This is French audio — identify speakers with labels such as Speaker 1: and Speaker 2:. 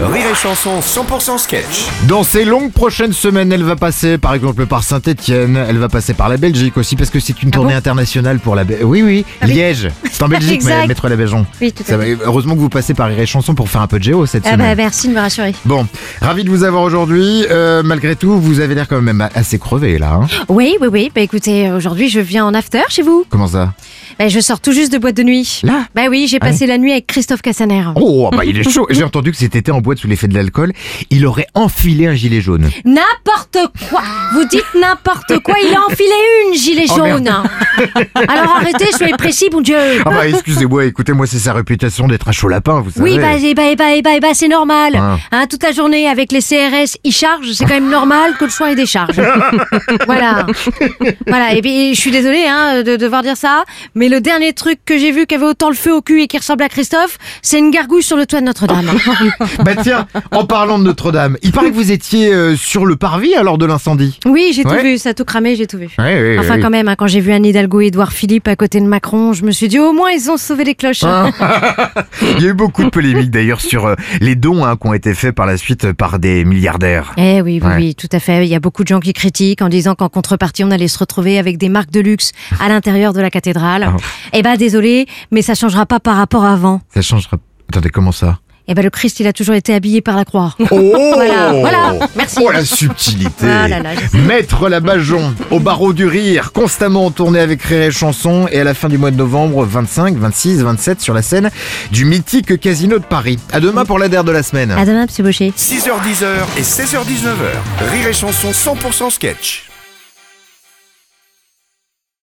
Speaker 1: Rire et Chanson 100% sketch.
Speaker 2: Dans ces longues prochaines semaines, elle va passer par exemple par Saint-Etienne, elle va passer par la Belgique aussi parce que c'est une
Speaker 3: Ah
Speaker 2: tournée internationale pour la Belgique. Oui, oui, Liège. C'est en Belgique,
Speaker 3: Exact.
Speaker 2: mais maître la Belgion.
Speaker 3: Oui, tout à
Speaker 2: Ça va- Heureusement que vous passez par Rire et Chanson pour faire un peu de géo cette
Speaker 3: Ah bah
Speaker 2: semaine.
Speaker 3: merci de me rassurer.
Speaker 2: Bon, ravi de vous avoir aujourd'hui. Euh, malgré tout, vous avez l'air quand même assez crevé là. hein.
Speaker 3: Oui, oui, oui. Bah écoutez, aujourd'hui je viens en after chez vous.
Speaker 2: Comment ça
Speaker 3: Bah, je sors tout juste de boîte de nuit.
Speaker 2: Là
Speaker 3: Bah oui, j'ai
Speaker 2: Ah
Speaker 3: passé la nuit avec Christophe Cassaner.
Speaker 2: Oh, bah il est chaud. J'ai entendu que cet été en boîte sous l'effet de l'alcool, il aurait enfilé un gilet jaune.
Speaker 3: N'importe quoi Vous dites n'importe quoi, il a enfilé une gilet
Speaker 2: Oh, merde.
Speaker 3: jaune Alors arrêtez, soyez précis, mon Dieu
Speaker 2: Ah bah excusez-moi, écoutez-moi, c'est sa réputation d'être un chaud lapin, vous savez.
Speaker 3: oui, bah, eh bah, eh bah, eh bah, eh bah, c'est normal.
Speaker 2: Ah.
Speaker 3: Hein, toute la journée avec les CRS, ils chargent. C'est quand même normal que le soin et des charges. voilà. Voilà. Et puis, je suis désolée hein, de devoir dire ça, mais le dernier truc que j'ai vu qui avait autant le feu au cul et qui ressemble à Christophe, c'est une gargouille sur le toit de Notre-Dame.
Speaker 2: Bah tiens, en parlant de Notre-Dame, il paraît que vous étiez euh, sur le parvis alors de l'incendie.
Speaker 3: oui, j'ai
Speaker 2: Ouais.
Speaker 3: tout vu. Ça a tout cramé, j'ai tout vu.
Speaker 2: Oui, oui,
Speaker 3: Enfin, quand même, hein, quand j'ai vu Anne Hidalgo et Edouard Philippe à côté de Macron, je me suis dit au moins ils ont sauvé les cloches. hein.
Speaker 2: Il y a eu beaucoup de polémiques d'ailleurs sur euh, les dons hein, qui ont été faits par la suite euh, par des milliardaires.
Speaker 3: Eh oui, oui,
Speaker 2: Ouais.
Speaker 3: oui, tout à fait. Il y a beaucoup de gens qui critiquent en disant qu'en contrepartie, on allait se retrouver avec des marques de luxe à l'intérieur de la cathédrale.
Speaker 2: Ah.
Speaker 3: Eh ben, désolé, mais ça changera pas par rapport à avant.
Speaker 2: Ça changera. Attendez, comment ça
Speaker 3: Eh ben, le Christ, il a toujours été habillé par la croix.
Speaker 2: Oh
Speaker 3: Voilà, voilà, merci.
Speaker 2: Oh la subtilité
Speaker 3: Ah là là, je
Speaker 2: Maître Labajon, au barreau du rire, constamment en tournée avec Rire et Chanson, et à la fin du mois de novembre, 25, 26, 27, sur la scène du mythique Casino de Paris. À demain pour la der de la semaine.
Speaker 3: À demain, Monsieur Baucher.
Speaker 1: 6h10 et 16h19h. Rire et Chanson 100% sketch.